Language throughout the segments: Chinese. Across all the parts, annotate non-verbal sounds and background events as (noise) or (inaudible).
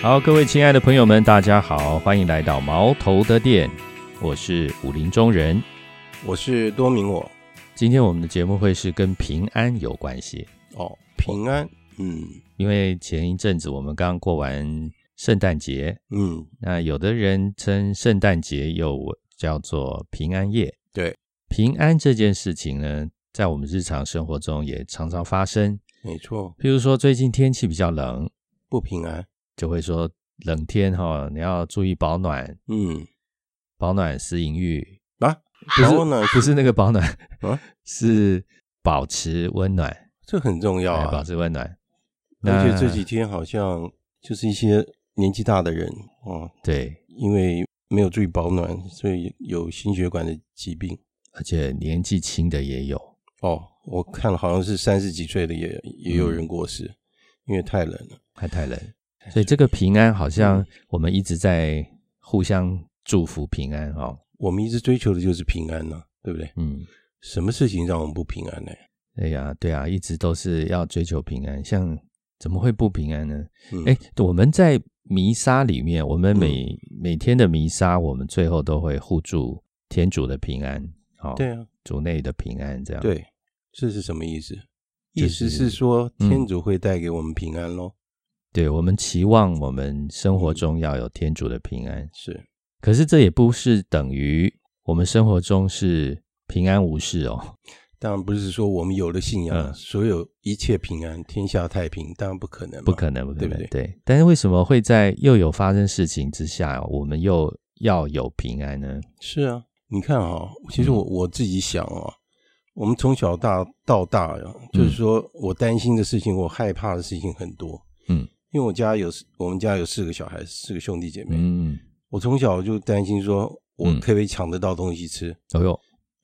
好，各位亲爱的朋友们，大家好，欢迎来到毛头的店，我是武林中人。我是多明我今天我们的节目会是跟平安有关系，哦，平安，嗯因为前一阵子我们刚过完圣诞节，嗯，那有的人称圣诞节又叫做平安夜。对，平安这件事情呢，在我们日常生活中也常常发生。没错，譬如说，最近天气比较冷，不平安，就会说冷天哈、你要注意保暖，嗯保暖思淫欲，啊，不然后呢是，不是那个保暖， (laughs) 啊是保持温暖，这很重要哎保啊。持温暖。而且这那几天好像就是一些年纪大的人哦，对，因为没有注意保暖，所以有心血管的疾病而且年纪轻的也有，哦。我看了好像是三十几岁的也也有人过世，因为太冷了。还太冷，所以这个平安好嗯像我们一直在互相祝福平安哦。我们一直追求的就是平安呢、对不对？嗯，什么事情让我们不平安呢？对呀、对啊呀、一直都是要追求平安，像怎么会不平安呢？嗯哎，我们在弥撒里面，我们每、每天的弥撒，我们最后都会互助天主的平安，好、对啊，主内的平安，这样。对，这是什么意思？就意思是是说，天嗯主会带给我们平安喽。对，我们期望我们生活中要有天主的平安，是，可是这也不是等于我们生活中是平安无事哦。当然不是说我们有了信仰，嗯所有一切平安，天下太平，当然不可能嘛，不可能，不可能，对不对但是为什么会在又有发生事情之下，我们又要有平安呢？是啊，你看哈、其嗯实我、我自己想啊、我们从小大到大呀、就是说我担心的事情，我害怕的事情很多。嗯，因为我家有我们家有四个小孩，四个兄弟姐妹，嗯，我从小就担心说，我嗯可不可以抢得到东西吃哦哟，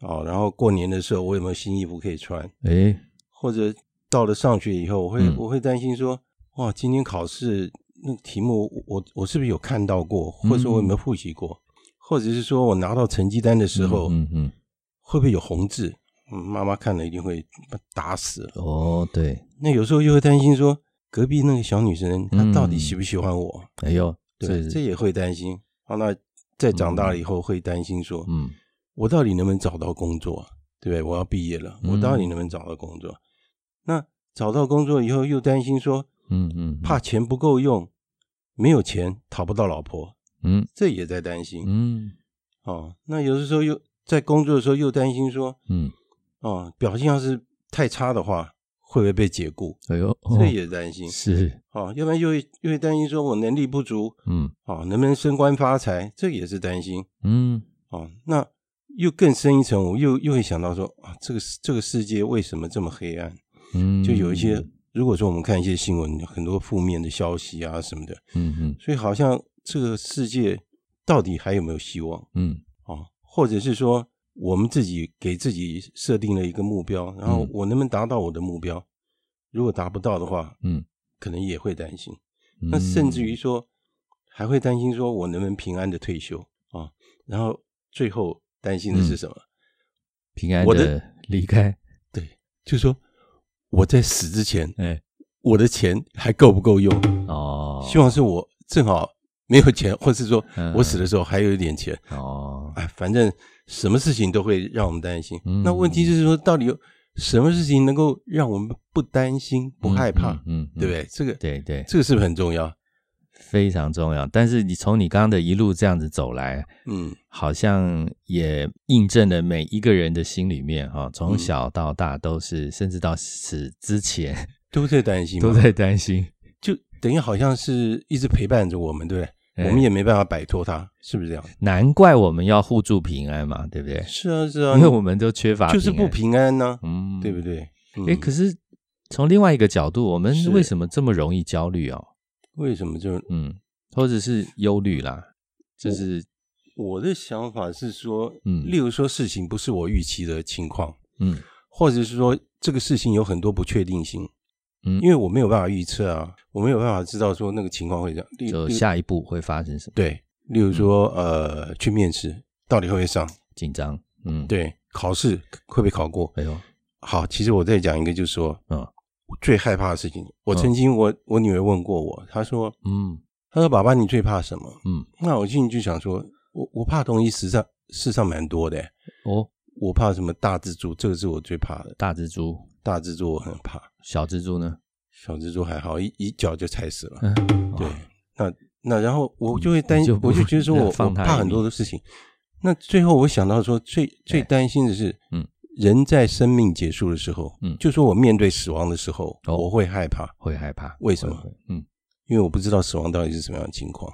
啊、哦然后过年的时候，我有没有新衣服可以穿？哎，或者到了上学以后，我会、嗯我会担心说，哇，今天考试那个题目我，我我是不是有看到过，或者说我有没嗯有复习过，或者是说我拿到成绩单的时候，嗯嗯，会不会有红字？嗯妈妈看了一定会把打死了。哦，对，那有时候又会担心说，隔壁那个小女生她嗯到底喜不喜欢我？哎呦，对，啊这这也会担心。啊，那再长大了以后会担心说，嗯我到底能不能找到工作啊？对不对？我要毕业了，嗯我到底能不能找到工作？那找到工作以后，又担心说嗯嗯，怕钱不够用，没有钱讨不到老婆，嗯这也在担心嗯哦。那有的时候又在工作的时候又担心说，嗯，哦，表现要是太差的话，会不会被解雇？哎呦，哦这也担心是，哦。要不然又会又会担心说我能力不足嗯哦，能不能升官发财？这也是担心。嗯哦，那又更深一层，我又又会想到说啊，这个世这个世界为什么这么黑暗？嗯，就有一些，如果说我们看一些新闻，很多负面的消息啊什么的，嗯嗯所以好像这个世界到底还有没有希望嗯哦？或者是说，我们自己给自己设定了一个目标，然后嗯我能不能达到我的目标？如果达不到的话，嗯，可能也会担心。嗯，那甚至于说，还会担心说我能不能平安的退休啊？然后最后担心的嗯是什么？平安我的离开，就是说我在死之前，哎我的钱还够不够用？哦，希望是我正好没有钱，或是说嗯我死的时候还有一点钱。哦，哎，反正什么事情都会让我们担心。嗯那问题就是说，到底有什么事情能够让我们不担心、 (laughs) 不害怕，嗯，对不对？这个对对，这个是不是很重要？非常重要。但是你从你刚刚的一路这样子走来，嗯，好像也印证了每一个人的心里面哈，从嗯小到大都是，甚至到死之前都在担心嘛，都在担心。就等于好像是一直陪伴着我们，对不对？哎 (laughs) 我们也没办法摆脱它，是不是这样？难怪我们要互助平安嘛，对不对？是啊，是啊，哎因为我们都缺乏，就是不，平安呢、嗯，对不？对？嗯哎，可是从另外一个角度，我们是为什么这么容易焦虑哦？为什么就嗯，或者是忧虑啦，就是我的想法是说，嗯例如说事情不是我预期的情况，嗯或者是说这个事情有很多不确定性，嗯因为我没有办法预测啊，我没有办法知道说那个情况会这样。例就嗯例下一步会发生什么？对，例如说、呃，去面试到底会不会上？紧张，嗯，，对，考试会不会考过？哎呦，好，其实我再讲一个，就是说，嗯我最害怕的事情。我嗯曾经我我女儿问过我，她说嗯他说：“爸爸，你最怕什么？”嗯，那我心里就想说，我我怕东西实上世上蛮多的，哦，我怕什么大蜘蛛，这个是我最怕的。大蜘蛛、大蜘蛛我很怕，小蜘蛛呢？小蜘蛛还好，一一脚就踩死了。嗯，对哇，那那然后我就会担你心就，不我就觉得说我放我他一怕很命多的事情。那最后我想到说，最最哎担心的是，嗯，人在生命结束的时候，嗯就说我面对死亡的时候，哦我会害怕，会害怕，为什么会？会嗯，因为我不知道死亡到底是什么样的情况。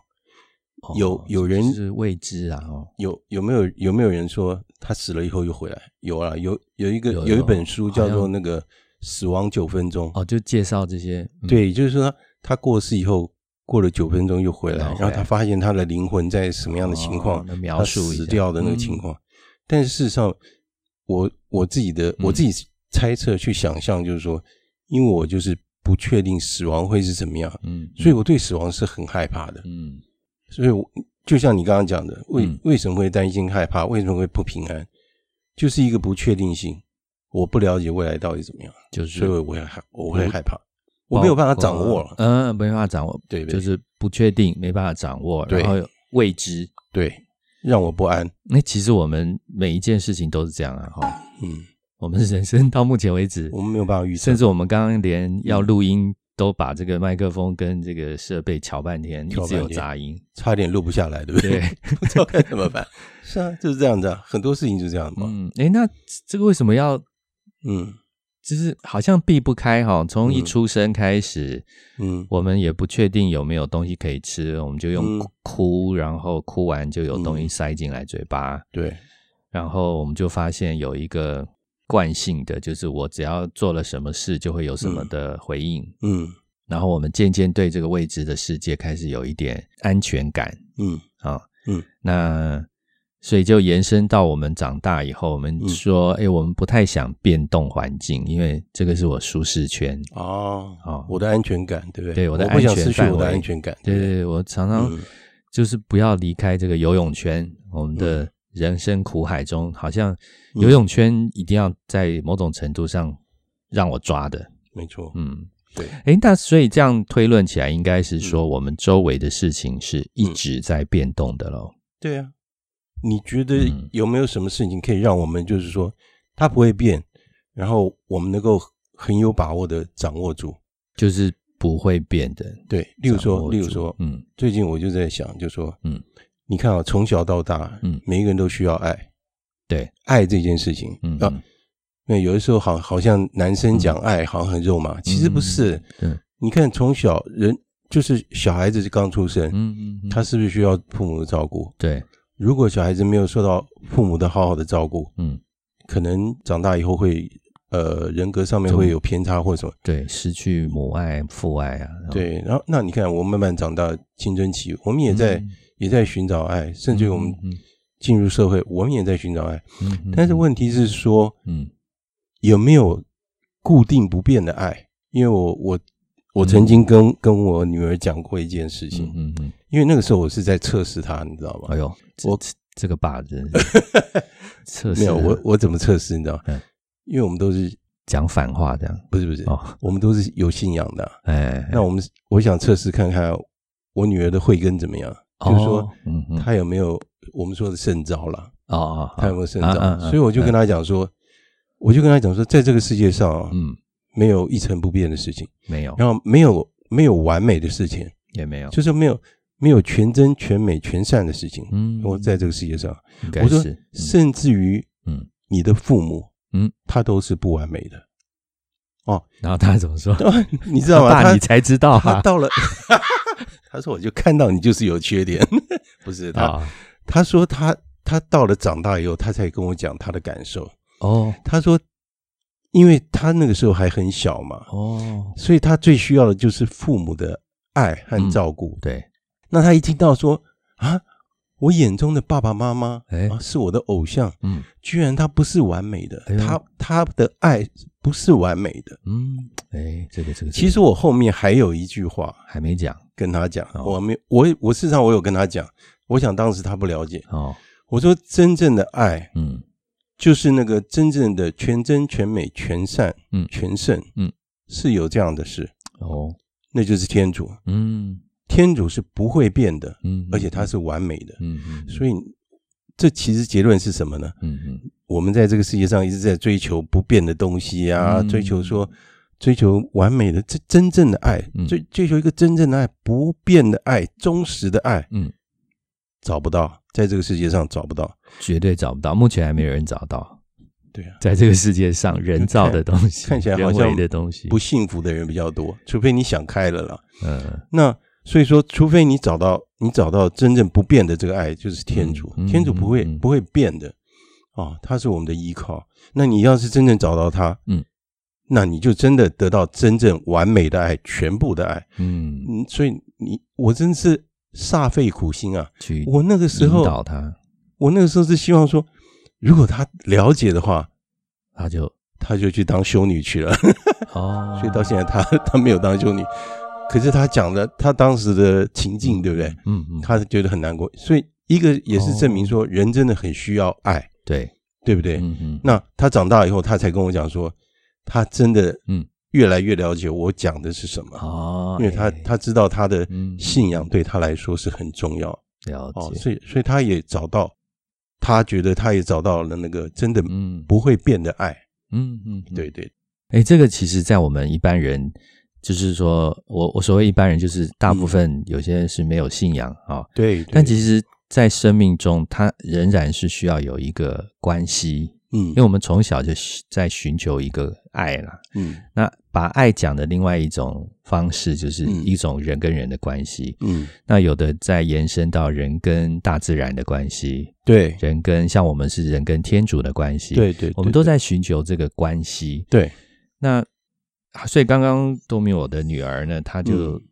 哦有有人就是未知啊，哦，有有没有有没有人说他死了以后又回来？有啊，有有一个有一有本书叫好做像那个《死亡九分钟》哦，就介绍这些，嗯，对，就是说他过世以后过了九分钟又回来，然后然回后来他发现他的灵魂在什么样的情况，哦那描他述一死下掉的那个嗯情况。但是事实上，我我自己的嗯我自己猜测去想象，就是说，因为我就是不确定死亡会是怎么样，嗯，所以我对死亡是很害怕的。嗯所以我就像你刚刚讲的，为嗯为什么会担心害怕，为什么会不平安，就是一个不确定性。我不了解未来到底怎么样，就是所以我会害我我会害怕，我没有办法掌握了。嗯、没办法掌握，对对就是不确定，没办法掌握，对然后未知。对，让我不安。那其实我们每一件事情都是这样啊，哈，嗯，我们人生到目前为止，我们没有办法预测甚，至我们刚刚嗯连要录音都把这个麦克风跟这个设备调半天，一调半直天有杂 (laughs) 音，差点录不下来，对不对？对 (laughs) 不知道该怎么办。是啊，就是这样子啊，很多事情就是这样嘛。嗯，诶，那这个为什么要嗯就是好像避不开哈？从一嗯出生开始，嗯我们也不确定有没有东西可以吃，我们就用嗯哭，然后哭完就有东西嗯塞进来嘴巴，对，然后我们就发现有一个惯性的，就是我只要做了什么事，就会有什么的回应。嗯然后我们渐渐对这个未知的世界开始有一点安全感嗯啊、嗯，那所以就延伸到我们长大以后，我们嗯说，哎、我们不太想变动环境，因为这个是我舒适圈。哦哦我的安全感，对不对？对我我的不想安全失去范我的围安全感，对不对对，我常常嗯就是不要离开这个游泳圈。我们的嗯人生苦海中，好像游泳圈一定要在某种程度上让我抓的。没错，嗯，对，嗯诶，那所以这样推论起来，应该是说我们周围的事情是一直在变动的喽。对啊，你觉得嗯有没有什么事情可以让我们就是说它不会变，然后我们能够很有把握的掌握住？就是不会变的。对，例如掌说，握例如住说，嗯最近我就在想，就说，嗯，你看啊，从小到大，嗯每一个人都需要爱，对，爱这件事情，嗯啊，那有的时候好好像男生讲爱好像很肉麻，其实不是。嗯你看从小人就是小孩子刚出生，嗯嗯嗯，他是不是需要父母的照顾？对，如果小孩子没有受到父母的好好的照顾，嗯可能长大以后会呃人格上面会有偏差或什么。对，失去母爱、父爱啊。然后，对，然后那你看，我慢慢长大，青春期，我们也在、嗯也在寻找爱，甚至于我们嗯进入社会，我们也在寻找爱。嗯嗯但是问题是说，嗯有没有固定不变的爱？因为我我我曾经跟、跟我女儿讲过一件事情，嗯嗯嗯，因为那个时候我是在测试她，你知道吗哎？呦，这我这这个靶 (laughs) 子测试没有，我我怎么测试？你知道吗？哦嗯因为我们都是讲反话这样不是不是，哦，我们都是有信仰的啊、哎，那我们我想测试看看我女儿的慧根怎么样，就是说哦，嗯嗯，她有没有我们说的圣招啦，哦哦，她有没有圣啊啊招？啊所以我就跟她讲说，我就跟她讲说，在这个世界上啊嗯，哦没有一成不变的事情，没有，然后没有没有完美的事情，也没有，就是没有没有全真、全美、全善的事情。嗯，我在这个世界上，应我该说是，嗯甚至于嗯你的父母，嗯，他都是不完美的。然后他怎么 (laughs) 说？你知道嗯吗？爸，他你才知道他啊到了， (laughs) 他说我就看到你就是有缺点，不是他，啊他说他他到了长大以后，他才跟我讲他的感受。哦他说，因为他那个时候还很小嘛，哦，所以他最需要的就是父母的爱和照顾。对，那他一听到说啊，我眼中的爸爸妈妈、哎啊是我的偶像，嗯居然他不是完美的，哎呦他他的爱不是完美的。嗯，哎，这个这个，其实实我后面还有一句话还没讲跟他讲，哦我没我我事实上我有跟他讲，我想当时他不了解，哦，我说真正的爱嗯就是那个真正的全真全美全善嗯全圣，嗯，是有这样的事，哦那就是天主。嗯天主是不会变的，嗯，而且它是完美的。嗯，嗯嗯，所以，这其实结论是什么呢？嗯嗯我们在这个世界上一直在追求不变的东西啊，嗯追求说追求完美的这真正的爱，嗯追追求一个真正的爱、不变的爱、忠实的爱，嗯，找不到，在这个世界上找不到。绝对找不到，目前还没有人找到， (laughs) 对啊，在这个世界上人造的东西， (laughs) 看起来好人像为的东西，不幸福的人比较多，除非你想开了啦。嗯那所以说，除非你找到你找到真正不变的这个爱，就是天主，嗯嗯天主不会、嗯嗯不会变的哦，他是我们的依靠。那你要是真正找到他，嗯，那你就真的得到真正完美的爱，全部的爱。嗯，嗯，所以你我真是煞费苦心啊！嗯去我那个时引候，导他，我那个时候是希望说，如果他了解的话，他就他就去当修女去了。哦， (laughs) 所以到现在他他没有当修女，可是他讲的他当时的情境，对不对？嗯嗯，他觉得很难过，所以一个也是证明说人真的很需要爱，对，对不对？哦嗯嗯，那他长大以后，他才跟我讲说，他真的嗯越来越了解我讲的是什么，哦，因为他哎他知道他的嗯信仰对他来说是很重要了哦，解，所以所以他也找到，他觉得他也找到了那个真的嗯不会变的爱，嗯嗯，嗯对对，哎，这个其实，在我们一般人，就是说我我所谓一般人，就是大部分有些人是没有信仰啊、对，但实其实，在生命中，他仍然是需要有一个关系，嗯因为我们从小就在寻求一个爱啦。嗯那把爱讲的另外一种方式，就是嗯一种人跟人的关系。嗯，那有的再延伸到人跟大自然的关系，对人跟像我们是人跟天主的关系，，对对，我们对都在寻求这个关系。对，那啊所以刚刚多米我的女儿呢，她就、嗯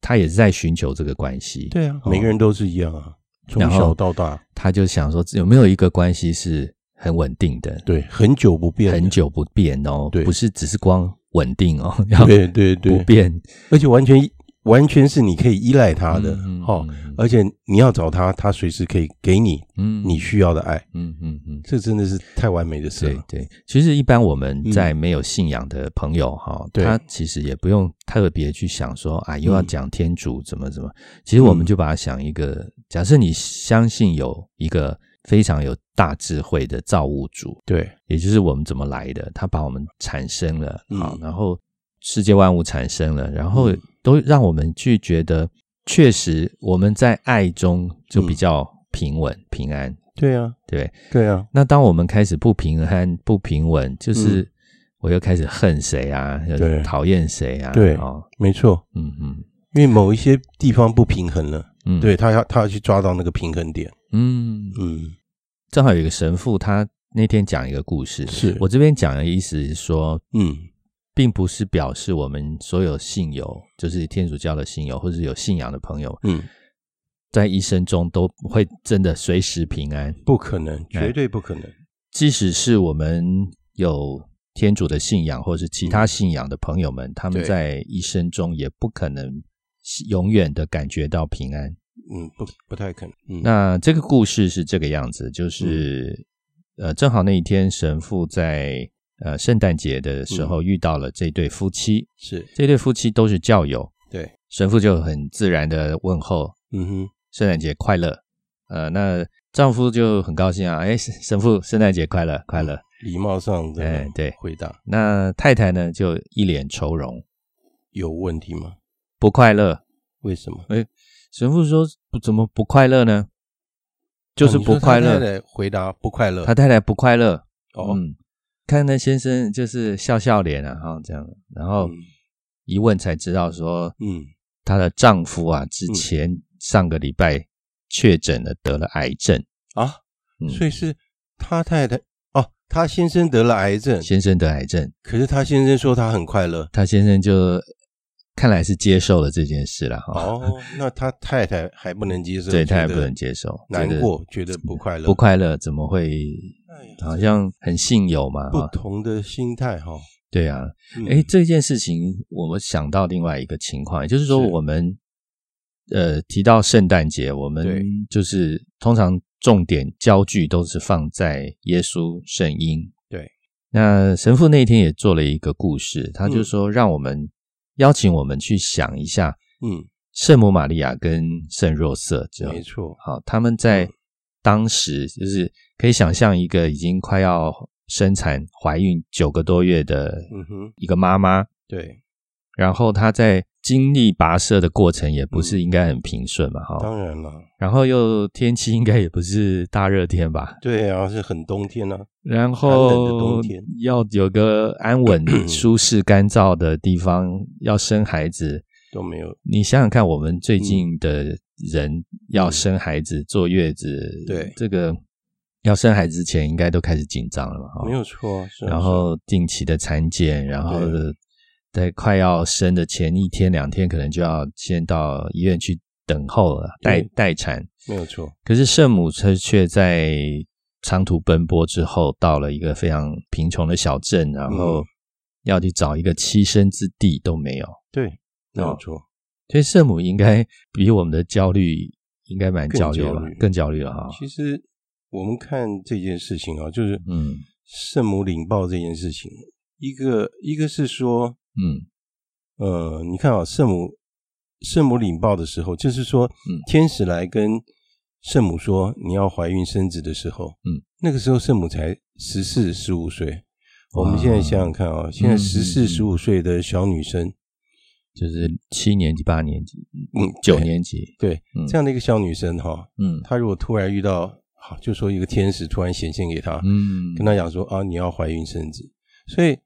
她也是在寻求这个关系，对啊，哦每个人都是一样啊，从然后小到大，她就想说有没有一个关系是很稳定的，对，很久不变的，很久不变哦，对不是只是光稳定哦， (laughs) 要 (laughs) 对对不对，变而且完全完全是你可以依赖他的嗯嗯哦嗯，而且你要找他，他随时可以给你嗯你需要的爱，嗯嗯嗯。这真的是啊太完美的事对了。对，其实一般我们在没有信仰的朋友哈、对他其实也不用特别去想说啊，又要嗯讲天主怎么怎么。其实我们嗯就把它想一个，假设你相信有一个非常有大智慧的造物主，对，也就是我们怎么来的，他把我们产生了，嗯好，然后世界万物产生了，然后嗯都让我们去觉得，确实我们在爱中就嗯比较平稳、平安，对啊，对不对。对啊，那当我们开始不平安、不平稳，就是我又开始恨谁啊，又嗯对讨厌谁啊，对哦，没错，嗯嗯因为某一些地方不平衡了，嗯，对，他要他要去抓到那个平衡点。嗯，嗯，正好有一个神父，他那天讲一个故事，是我这边讲的意思是说，嗯并不是表示我们所有信友，就是天主教的信友或者有信仰的朋友，嗯，在一生中都会真的随时平安。不可能，哎绝对不可能。即使是我们有天主的信仰，或是其他信仰的朋友们，他们对在一生中也不可能是永远的感觉到平安。嗯，不不太可能。嗯，那这个故事是这个样子，就是、呃，正好那一天神父在呃圣诞节的时候遇到了这对夫妻，是这对夫妻都是教友，对，神父就很自然的问候嗯哼，圣诞节快乐，呃，那丈夫就很高兴啊，哎，神神父圣诞节快乐快乐。礼貌上的哎对回答那太太呢就一脸愁容，有问题吗？不快乐。为什么？神父说不怎么不快乐呢？就是不快乐，哦你说他太太回答不快乐。他太太不快乐。哦，嗯，看那先生就是笑笑脸啊，哈这样，然后嗯一问才知道说嗯，她的丈夫啊之前上个礼拜确诊了得了癌症，啊，嗯，所以是他太太哦，他先生得了癌症，先生得癌症，可是他先生说他很快乐。他先生就看来是接受了这件事了哈。哦，那他太太还不能接受，啊对，他也觉不得能接受，难觉得过，觉得不快乐，不快乐怎么会？哎呀好像很信友嘛，不哈，同的心态哈。对啊，嗯哎，这件事情我们想到另外一个情况，也就是说是我们呃提到圣诞节，我对们就是通常重点焦距都是放在耶稣圣婴。对，那神父那天也做了一个故事，他就嗯说让我们邀请我们去想一下，嗯圣母玛利亚跟圣若瑟这样没。错，好，他们在嗯当时就是可以想象一个已经快要生产、怀孕九个多月的嗯哼，一个妈妈，对，然后她在经历跋涉的过程也不是应该很平顺嘛，哈、嗯当然了，然后又天气应该也不是大热天吧，对啊，是很冬天啊，然寒冷的冬后天要有个安 (clears throat) 稳、舒适、干燥的地方，要生孩子。都没有，你想想看，我们嗯最近的人要生孩子、坐月子，对这个要生孩子之前应该都开始紧张了嘛？哈没有错啊，是啊然后定期的产检，然后在快要生的前一天、两天，可能就要先到医院去等候了，待对待产。没有错，可是圣母车却在长途奔波之后，到了一个非常贫穷的小镇，嗯然后要去找一个栖身之地都没有。对，没有哦错，所以圣母应该比我们的焦虑应该蛮焦虑了吧更焦虑，更焦虑了哈。其实我们看这件事情啊，就是嗯圣母领报这件事情，一个一个是说，嗯呃，你看啊，圣母圣母领报的时候，就是说，嗯天使来跟圣母说你要怀孕生子的时候，嗯，那个时候圣母才十四十五岁。我哇们现在想想看啊、现在十四哦嗯十五岁的小女生，就是七年级、八年级、嗯，九年级，对嗯这样的一个小女生哈、嗯她如果突然遇到，好就说一个天使突然显现给她，嗯，跟她讲说啊你要怀孕生子，所以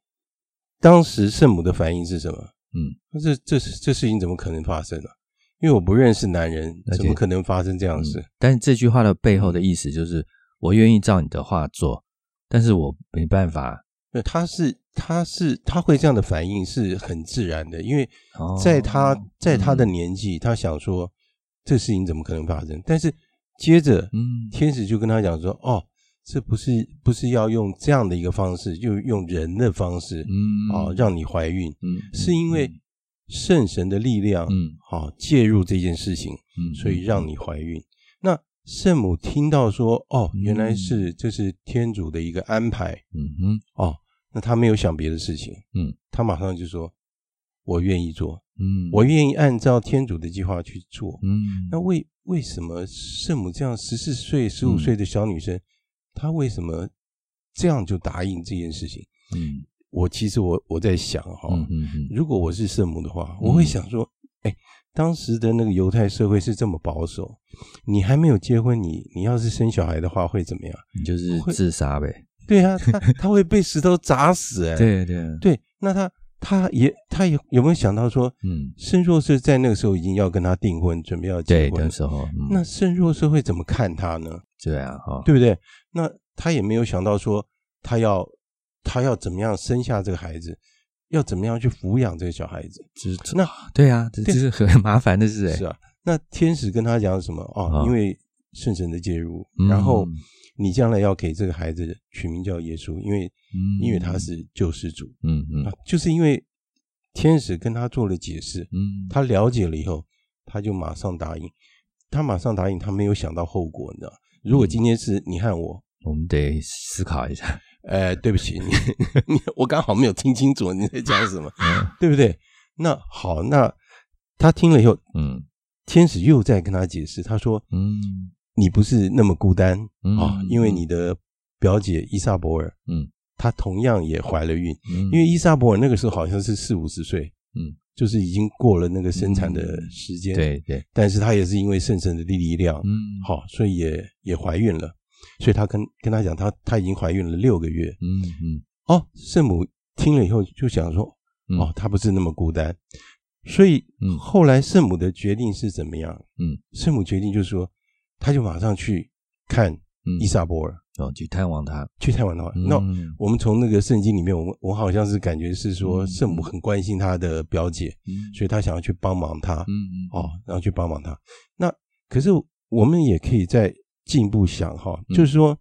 当时圣母的反应是什么？嗯，这这这事情怎么可能发生呢、啊因为我不认识男人了，解怎么可能发生这样的事？嗯但是这句话的背后的意思就是，我愿意照你的话做，但是我没办法。那他是他是他会这样的反应是很自然的，因为哦嗯在他、在他的年纪，他想说这事情怎么可能发生？但是接着嗯天使就跟他讲说：“哦，这不是不是要用这样的一个方式，就用人的方式啊、嗯哦，让你怀孕，嗯是因为圣神的力量嗯好、哦、介入这件事情，嗯，所以让你怀孕。”那圣母听到说：“哦，原来是这是天主的一个安排。”嗯哼哦，那他没有想别的事情，嗯，他马上就说：“我愿意做，嗯，我愿意按照天主的计划去做。嗯那为为什么圣母这样十四岁、十嗯五岁的小女生，她为什么这样就答应这件事情？嗯我其实我我在想哈、嗯嗯如果我是圣母的话，我会想说，哎、当时的那个犹太社会是这么保守，你还没有结婚，你你要是生小孩的话会怎么样？嗯，就是自杀呗。对啊，他他会被石头砸死 (laughs) 哎、对对，对，那他他也他有有没有想到说，嗯，圣若瑟在那个时候已经要跟他订婚，准备要对，结婚那了，时候，嗯那圣若瑟会怎么看他呢？对啊，哈，对不对？那他也没有想到说，他要他要怎么样生下这个孩子，要怎么样去抚养这个小孩子，就是那对啊，这这对是很麻烦的事哎。是啊。那天使跟他讲什么？哦，啊因为圣神的介入，嗯然后你将来要给这个孩子取名叫耶稣，因为、嗯因为他是救世主、嗯嗯啊，就是因为天使跟他做了解释，嗯，他了解了以后，他就马上答应。他马上答应，他没有想到后果，你知道？嗯如果今天是你和我，我们得思考一下。呃，对不起，你 (laughs) 你我刚好没有听清楚你在讲什么，嗯对不对？那好，那他听了以后，嗯天使又在跟他解释，他说嗯你不是那么孤单啊、嗯因为你的表姐伊莎伯尔，嗯，她同样也怀了孕，嗯，因为伊莎伯尔那个时候好像是四五十岁，嗯，就是已经过了那个生产的时间，对对，但是她也是因为圣神的力量，嗯好、所以也也怀孕了。所以她跟跟她讲，她她已经怀孕了六个月。嗯嗯哦，圣母听了以后就想说，嗯哦，她不是那么孤单。所以嗯后来圣母的决定是怎么样？嗯，圣母决定就是说，她就马上去看嗯伊莎伯尔，哦，去探望他。去探望她。那、嗯我们从那个圣经里面，我们我好像是感觉是说，嗯圣母很关心她的表姐，嗯所以她想要去帮忙她。嗯哦，，然后去帮忙他。那可是我们也可以再进一步想哈、嗯就是说，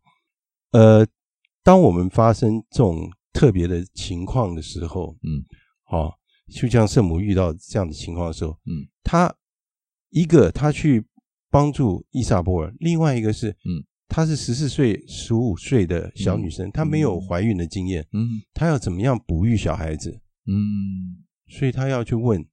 呃，当我们发生这种特别的情况的时候，嗯，哦，就像圣母遇到这样的情况的时候，嗯，他一个他去帮助伊莎伯尔，另外一个是，嗯，她是十四岁、十五岁的小女生，她没有怀孕的经验，嗯她要怎么样哺育小孩子？嗯所以她要去问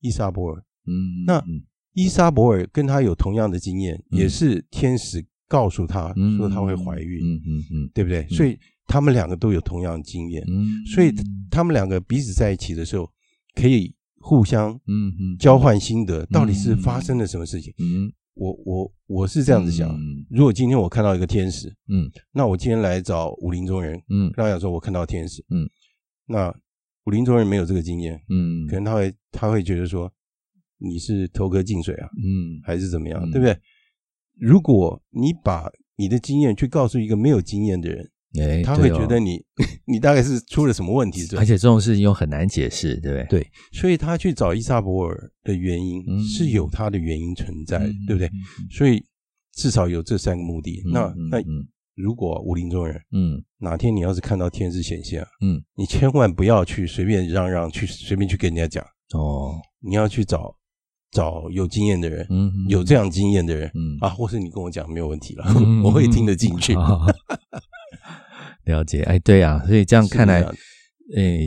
伊莎伯尔，嗯，那嗯伊莎博尔跟她有同样的经验，嗯也是天使告诉她嗯说她会怀孕，嗯嗯嗯对不对？所以他们两个都有同样的经验，嗯，所以他们两个彼此在一起的时候，可以互相嗯嗯交换心得，到底是发生了什么事情？嗯我我我是这样子想，嗯如果今天我看到一个天使，嗯那我今天来找武林中人，嗯跟他讲说我看到天使，嗯，那武林中人没有这个经验，嗯，可能他会他会觉得说你是投河进水啊，嗯还是怎么样，嗯对不对？如果你把你的经验去告诉一个没有经验的人，哎，他会对哦觉得你、 (laughs) 你大概是出了什么问题，对吧而且这种事情又很难解释，对不对？对，所以他去找伊莎博尔的原因、嗯是有他的原因存在的，嗯对不对？？所以至少有这三个目的。嗯那、嗯那嗯如果武林中人嗯哪天你要是看到天使显现啊，嗯，你千万不要去随便嚷嚷，去随便去跟人家讲，哦，你要去找找有经验的人，嗯，有这样经验的人。嗯啊，或是你跟我讲没有问题了，嗯 (laughs) 我会听得进去。 (laughs) 好啊 (laughs) 了解，哎，对啊，所以这样看来是这样，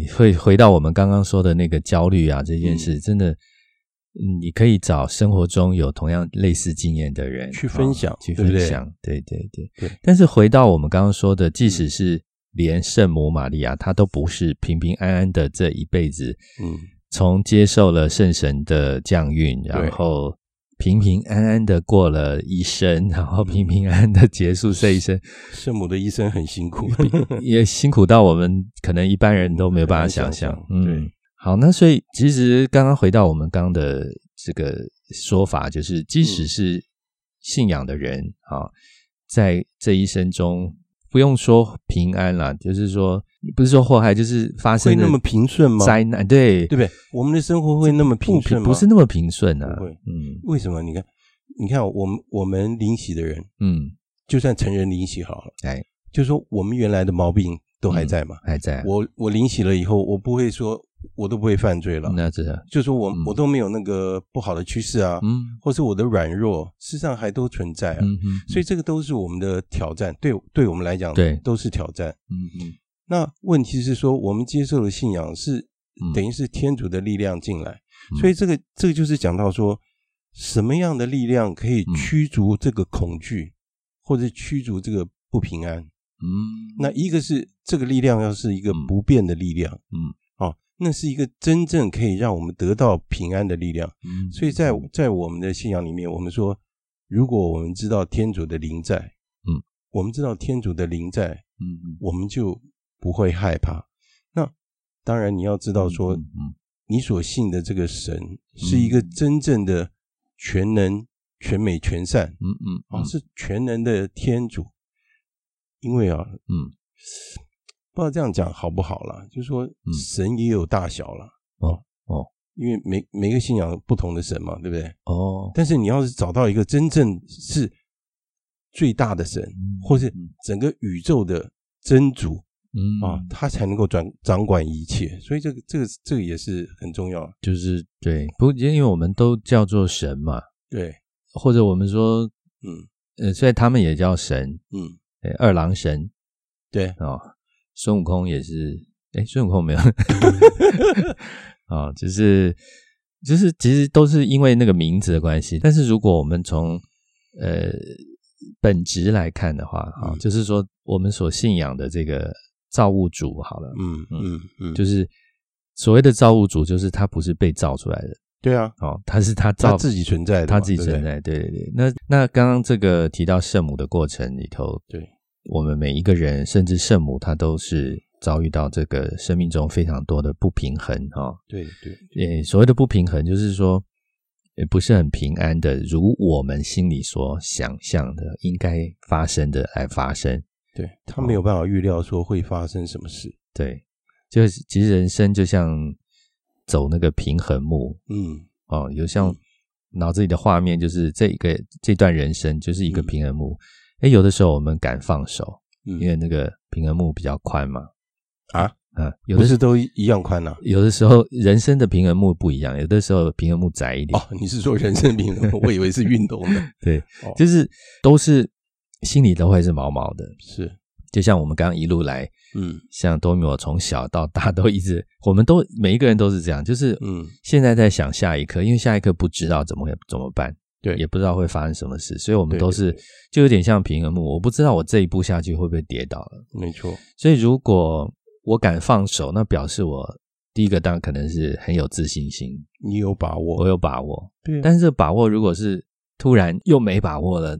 哎，会回到我们刚刚说的那个焦虑啊这件事，真的，嗯你可以找生活中有同样类似经验的人去分享啊去对不分对享，对对对对嗯但是回到我们刚刚说的，即使是连圣母玛利亚，她都不是平平安安的这一辈子，嗯，从接受了圣神的降孕，对然后平平安安的过了一生， (laughs) 然后平平安安的结束这一生，圣母的一生很辛苦， (laughs) 也辛苦到我们可能一般人都没有办法想象。很难想象嗯对，好，那所以其实刚刚回到我们刚刚的这个说法，就是即使嗯是信仰的人啊，在这一生中。不用说平安啦，就是说不是说祸害，就是发生会的那么平顺吗？灾难，对对不对？我们的生活会那么平顺吗？不是那么平顺啊不会。嗯为什么？你看，你看，我们我们领洗的人，嗯，就算成人领洗好了，哎，就说我们原来的毛病都还在嘛。还在啊。我我领洗了以后，我不会说我都不会犯罪了，那这就说我、嗯我都没有那个不好的趋势啊，嗯或是我的软弱，事实上还都存在啊。嗯所以这个都是我们的挑战，对对我们来讲，对都是挑战。嗯嗯那问题是说，我们接受的信仰是嗯等于是天主的力量进来，嗯所以这个这个就是讲到说，什么样的力量可以嗯驱逐这个恐惧，或者驱逐这个不平安？嗯那一个是这个力量要是一个嗯不变的力量，嗯，哦，那是一个真正可以让我们得到平安的力量。嗯所以在在我们的信仰里面，我们说，如果我们知道天主的灵在，嗯，我们知道天主的灵在，嗯嗯我们就不会害怕。那当然，你要知道说，嗯嗯你所信的这个神是一个真正的全能、全美、全善嗯嗯啊，是全能的天主。因为啊，嗯不知道这样讲好不好啦，就是说神也有大小啦。嗯哦哦，因为每每个信仰有不同的神嘛，对不对？哦，但是你要是找到一个真正是最大的神，或是嗯整个宇宙的真主，嗯啊，他才能够掌掌管一切，所以这个这个这个也是很重要。就是对，不过因为我们都叫做神嘛，对，或者我们说嗯呃，所以他们也叫神，嗯，对二郎神对，哦，孙悟空也是，哎，孙悟空没 (laughs) 有啊、就是就是，其实都是因为那个名字的关系。但是如果我们从呃本质来看的话，啊、嗯就是说我们所信仰的这个造物主，好了，嗯嗯嗯，就是所谓的造物主，就是他不是被造出来的，对啊，哦，他是他造他自己存在的嘛，他自己对不对存，在，对对对。那那刚刚这个提到圣母的过程里头，对，我们每一个人，甚至圣母，她都是遭遇到这个生命中非常多的不平衡哈、哦。对对，诶，所谓的不平衡，就是说，也不是很平安的，如我们心里所想象的应该发生的来发生。对他没有办法预料说会发生什么事。对，就是其实人生就像走那个平衡木嗯哦，有像脑子里的画面，就是这一个这段人生就是一个嗯平衡木。诶，有的时候我们敢放手，嗯，因为那个平衡木比较宽嘛。啊，嗯，有不的是都一样宽啊呐？有的时候人生的平衡木不一样，有的时候平衡木窄一点，哦，你是说人生平 (laughs) 衡？我以为是运动的，对，哦就是都是心里都会是毛毛的。是，就像我们刚刚一路来嗯像多米我从小到大都一直，我们都每一个人都是这样，就是嗯，现在在想下一刻，因为下一刻不知道怎么会怎么办，对也不知道会发生什么事，所以我们对都对是就有点像平衡木，我不知道我这一步下去会不会跌倒了，没错，所以如果我敢放手，那表示我第一个当然可能是很有自信心，你有把握我，有把握，对啊但是这把握如果是突然又没把握了，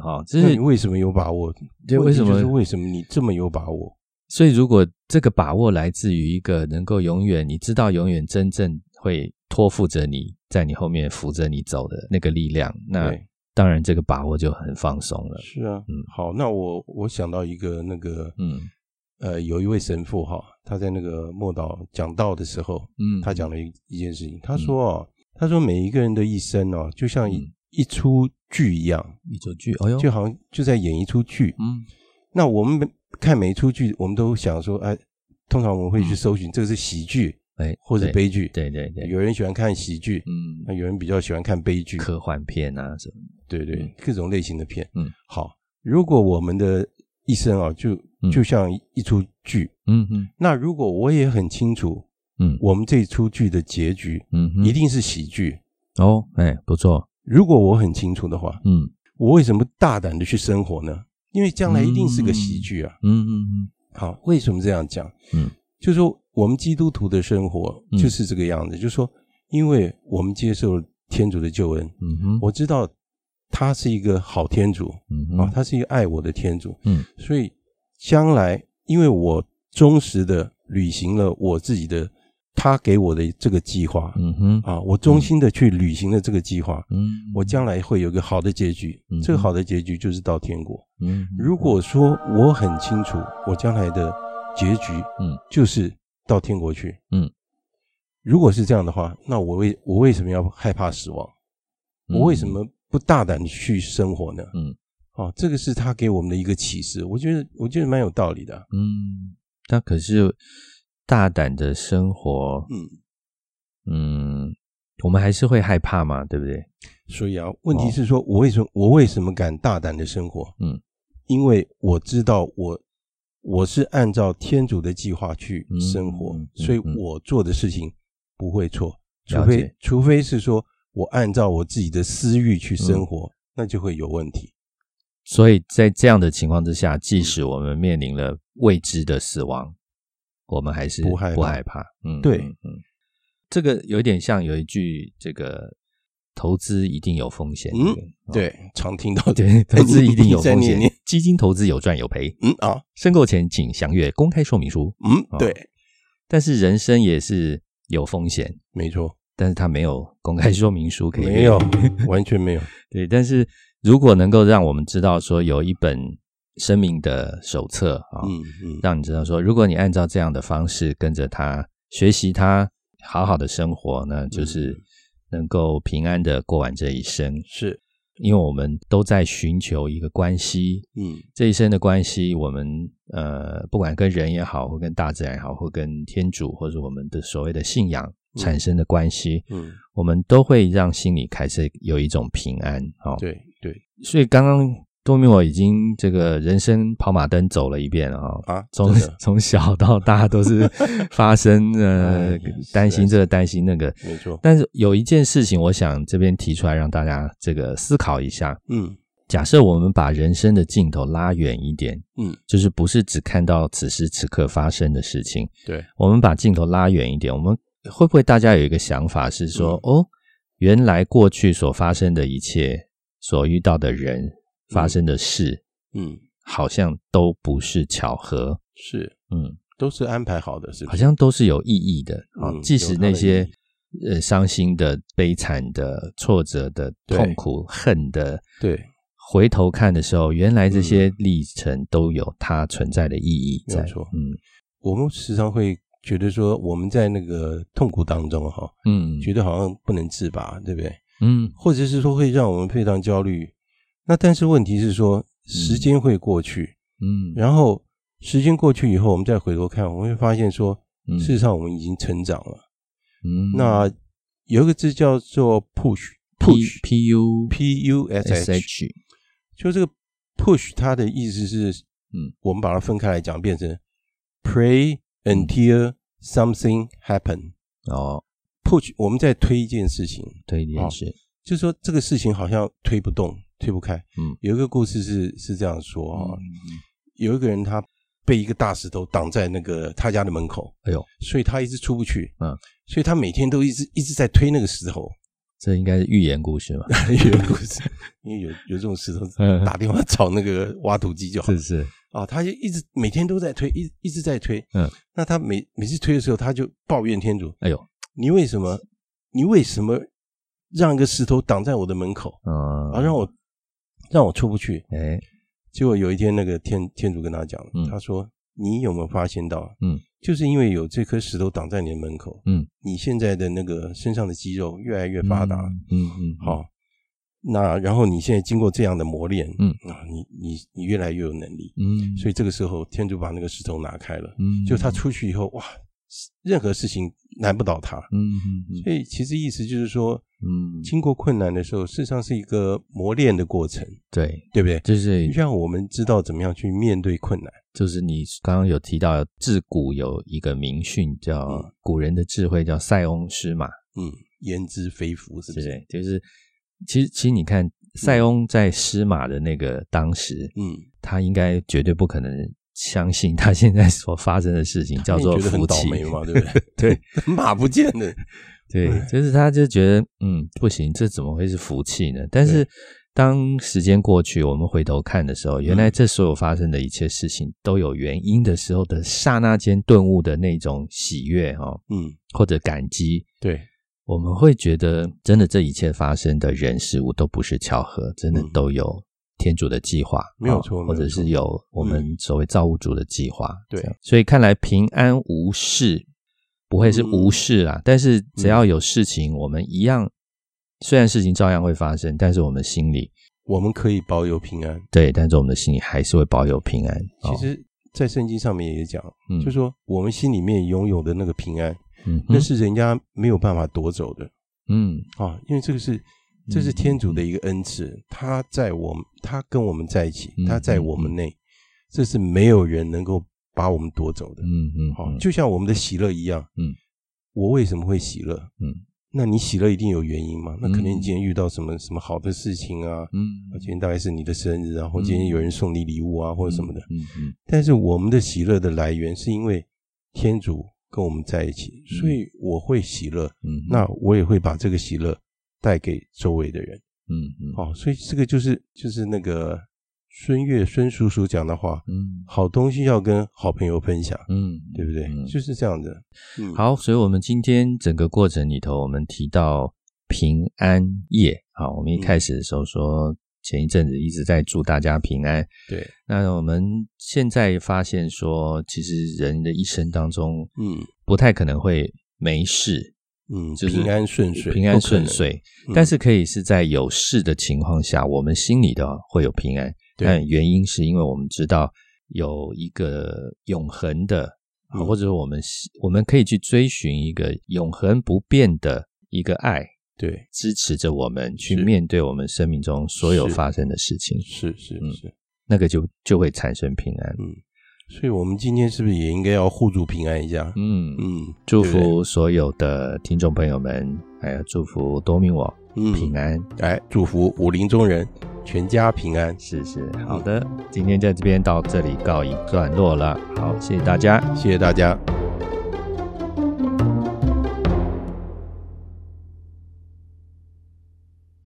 好、就嗯那是你为什么有把握？对问为题什就是么？为什么你这么有把握？所以如果这个把握来自于一个能够永远你知道永远真正会托付着你，在你后面扶着你走的那个力量，那对，当然这个把握就很放松了。是啊啊嗯。好，那我我想到一个那个，嗯呃，有一位神父哈，他在那个默祷讲道的时候，嗯，他讲了一一件事情，他说哦，他说每一个人的一生哦，就像一嗯一出剧哦一样，一出剧，哎呦，就好像就在演一出剧。嗯那我们每看每一出剧，我们都想说，哎，通常我们会去搜寻这个是喜剧哎，或者嗯对悲剧。，对对对，有人喜欢看喜剧，嗯那，有人比较喜欢看悲剧，科幻片啊什么，对对嗯，各种类型的片。嗯，好，如果我们的一生啊，就嗯就像一出剧，嗯嗯那如果我也很清楚嗯我们这出剧的结局嗯哼，一定是喜剧，哦，哎，不错，如果我很清楚的话，嗯我为什么大胆的去生活呢？因为将来一定是个喜剧啊。嗯嗯嗯好，为什么这样讲？嗯，就说我们基督徒的生活嗯就是这个样子，就说因为我们接受天主的救恩，嗯哼，我知道他是一个好天主嗯哼啊，他是一个爱我的天主，嗯，所以将来因为我忠实的履行了我自己的他给我的这个计划嗯哼，啊，我忠心的去履行了这个计划，嗯，我将来会有一个好的结局嗯哼。这个好的结局就是到天国。嗯哼如果说我很清楚我将来的结局，嗯，就是到天国去，嗯。如果是这样的话，那我为我为什么要害怕死亡？我为什么不大胆地去生活呢？嗯，哦，这个是他给我们的一个启示，我觉得我觉得蛮有道理的啊。嗯，那可是大胆的生活，嗯，嗯，我们还是会害怕嘛，对不对？所以啊，问题是说我为什么我为什么敢大胆的生活？哦嗯，因为我知道我我是按照天主的计划去生活，嗯嗯嗯所以我做的事情不会错，了除解非除非是说我按照我自己的私欲去生活，嗯那就会有问题。所以在这样的情况之下，嗯即使我们面临了未知的死亡，我们还是不害怕不害怕。嗯，对嗯，嗯这个有点像有一句这个投资一定有风险，嗯对不对，对，常听到 (laughs) 的，对，投资一定有你再风念险念，基金投资有赚有赔， (laughs) 嗯啊，申购前请详阅公开说明书。嗯哦，对，但是人生也是有风险，没错，但是它没有公开说明书可以 (laughs) 哦没有，完全没有，对。但是如果能够让我们知道说有一本生命的手册啊、嗯嗯，让你知道说，如果你按照这样的方式跟着他学习他，好好的生活呢，就是能够平安的过完这一生。是，因为我们都在寻求一个关系，嗯这一生的关系，我们呃，不管跟人也好，或跟大自然也好，或跟天主，或者我们的所谓的信仰产生的关系，嗯，我们都会让心里开始有一种平安。哦，，对对所以刚刚多米我已经这个人生跑马灯走了一遍了哦。啊，从真的 (laughs) 从小到大都 (laughs) 是发生呃哎呀担实在心是这个担心那个，没错，但是有一件事情，我想这边提出来让大家这个思考一下。嗯假设我们把人生的镜头拉远一点，嗯，就是不是只看到此时此刻发生的事情，对，我们把镜头拉远一点，我们会不会大家有一个想法是说，嗯哦，原来过去所发生的一切、所遇到的人、发生的事，嗯好像都不是巧合，是，嗯，都是安排好的，是不好是？像都是有意义的啊、嗯即使有它的那些意义呃伤心的、悲惨的、挫折的、对痛苦、恨的，对，回头看的时候，原来这些历程都有它存在的意义在。嗯没有错嗯我们时常会觉得说，我们在那个痛苦当中哈，嗯觉得好像不能自拔，对不对？嗯或者是说会让我们非常焦虑。那但是问题是说，时间会过去，嗯然后时间过去以后，我们再回头看，我们会发现说，嗯事实上我们已经成长了。嗯，那有一个字叫做 push P push P U p u s S h， H 就这个 push 它的意思是，嗯，我们把它分开来讲，变成 pray 嗯 until something happen。哦， push 我们在推一件事情，对，也好是，就是说这个事情好像推不动、推不开。嗯有一个故事是是这样说啊、嗯，有一个人他被一个大石头挡在那个他家的门口，哎呦，所以他一直出不去。嗯，所以他每天都一直一直在推那个石头。 (laughs) 这应该是寓言故事嘛？有故事，因为有有这种石头嗯，打电话找那个挖土机就好是是，啊，他就一直每天都在推，一一直在推。嗯，那他每每次推的时候，他就抱怨天主哎呦，：“你为什么？你为什么让一个石头挡在我的门口嗯，啊？让我让我出不去？”哎，结果有一天，那个天天主跟他讲，嗯他说：“你有没有发现到？嗯，就是因为有这颗石头挡在你的门口，嗯，你现在的那个身上的肌肉越来越发达，嗯嗯，好、那然后你现在经过这样的磨练，嗯啊，你你你越来越有能力，嗯，嗯，所以这个时候天主把那个石头拿开了，嗯，就他出去以后，哇，任何事情难不倒他。嗯，嗯嗯所以其实意思就是说，嗯，经过困难的时候，事实上是一个磨练的过程，对，对不对？就是就像我们知道怎么样去面对困难，就是你刚刚有提到，自古有一个名训叫、嗯古人的智慧叫塞翁失马，嗯，焉知非福，是对不不对？是？就是其实其实你看塞翁在失马的那个当时，嗯，他应该绝对不可能相信他现在所发生的事情叫做你觉得很福倒气，霉嘛， (laughs) 对不对？ (laughs) 对，马不见了，对，就是他就觉得嗯不行，这怎么会是福气呢？但是对当时间过去，我们回头看的时候，原来这所有发生的一切事情都有原因的时候的刹那间顿悟的那种喜悦哦，嗯，或者感激，对，我们会觉得真的这一切发生的人事物都不是巧合，真的嗯都有天主的计划，没有哦错或没有者错嗯是有我们所谓造物主的计划。对这样，所以看来平安无事不会是嗯无事啦，但是只要有事情，我们一样，虽然事情照样会发生，但是我们心里我们可以保有平安。对，但是我们的心里还是会保有平安。哦其，实，在圣经上面也讲，嗯就说我们心里面拥有的那个平安，嗯那哼是人家没有办法夺走的嗯啊，因为这个是。这是天主的一个恩赐，他在我们，他跟我们在一起嗯，他在我们内，这是没有人能够把我们夺走的。嗯嗯，好、嗯就像我们的喜乐一样，嗯，我为什么会喜乐？嗯，那你喜乐一定有原因嘛？那可能嗯你今天遇到什么什么好的事情啊，嗯，今天大概是你的生日啊，或今天有人送你礼物啊，或者什么的。嗯嗯但是我们的喜乐的来源是因为天主跟我们在一起，嗯所以我会喜乐，嗯，那我也会把这个喜乐带给周围的人。嗯嗯哦，所以这个就是就是那个孙悦孙叔叔讲的话，嗯好东西要跟好朋友分享，嗯，对不对？嗯就是这样的。嗯，好，所以我们今天整个过程里头，我们提到平安夜。好，我们一嗯开始的时候说，前一阵子一直在祝大家平安。对，那我们现在发现说，其实人的一生当中，嗯不太可能会没事，嗯，就是平安顺遂，平安顺遂。不可能。嗯但是可以是在有事的情况下，我们心里的会有平安。对但原因是因为我们知道有一个永恒的，啊嗯或者说我们希我们可以去追寻一个永恒不变的一个爱，对，支持着我们去是面对我们生命中所有是发生的事情，是是嗯是，那个就就会产生平安。嗯，所以我们今天是不是也应该要互助平安一下？嗯，嗯，祝对不福所有的听众朋友们，还有祝福多明我对嗯平，安。哎，祝福武林中人全家平安，是是，好的，今天在这边到这里告一段落了。好，谢谢大家。谢谢大家，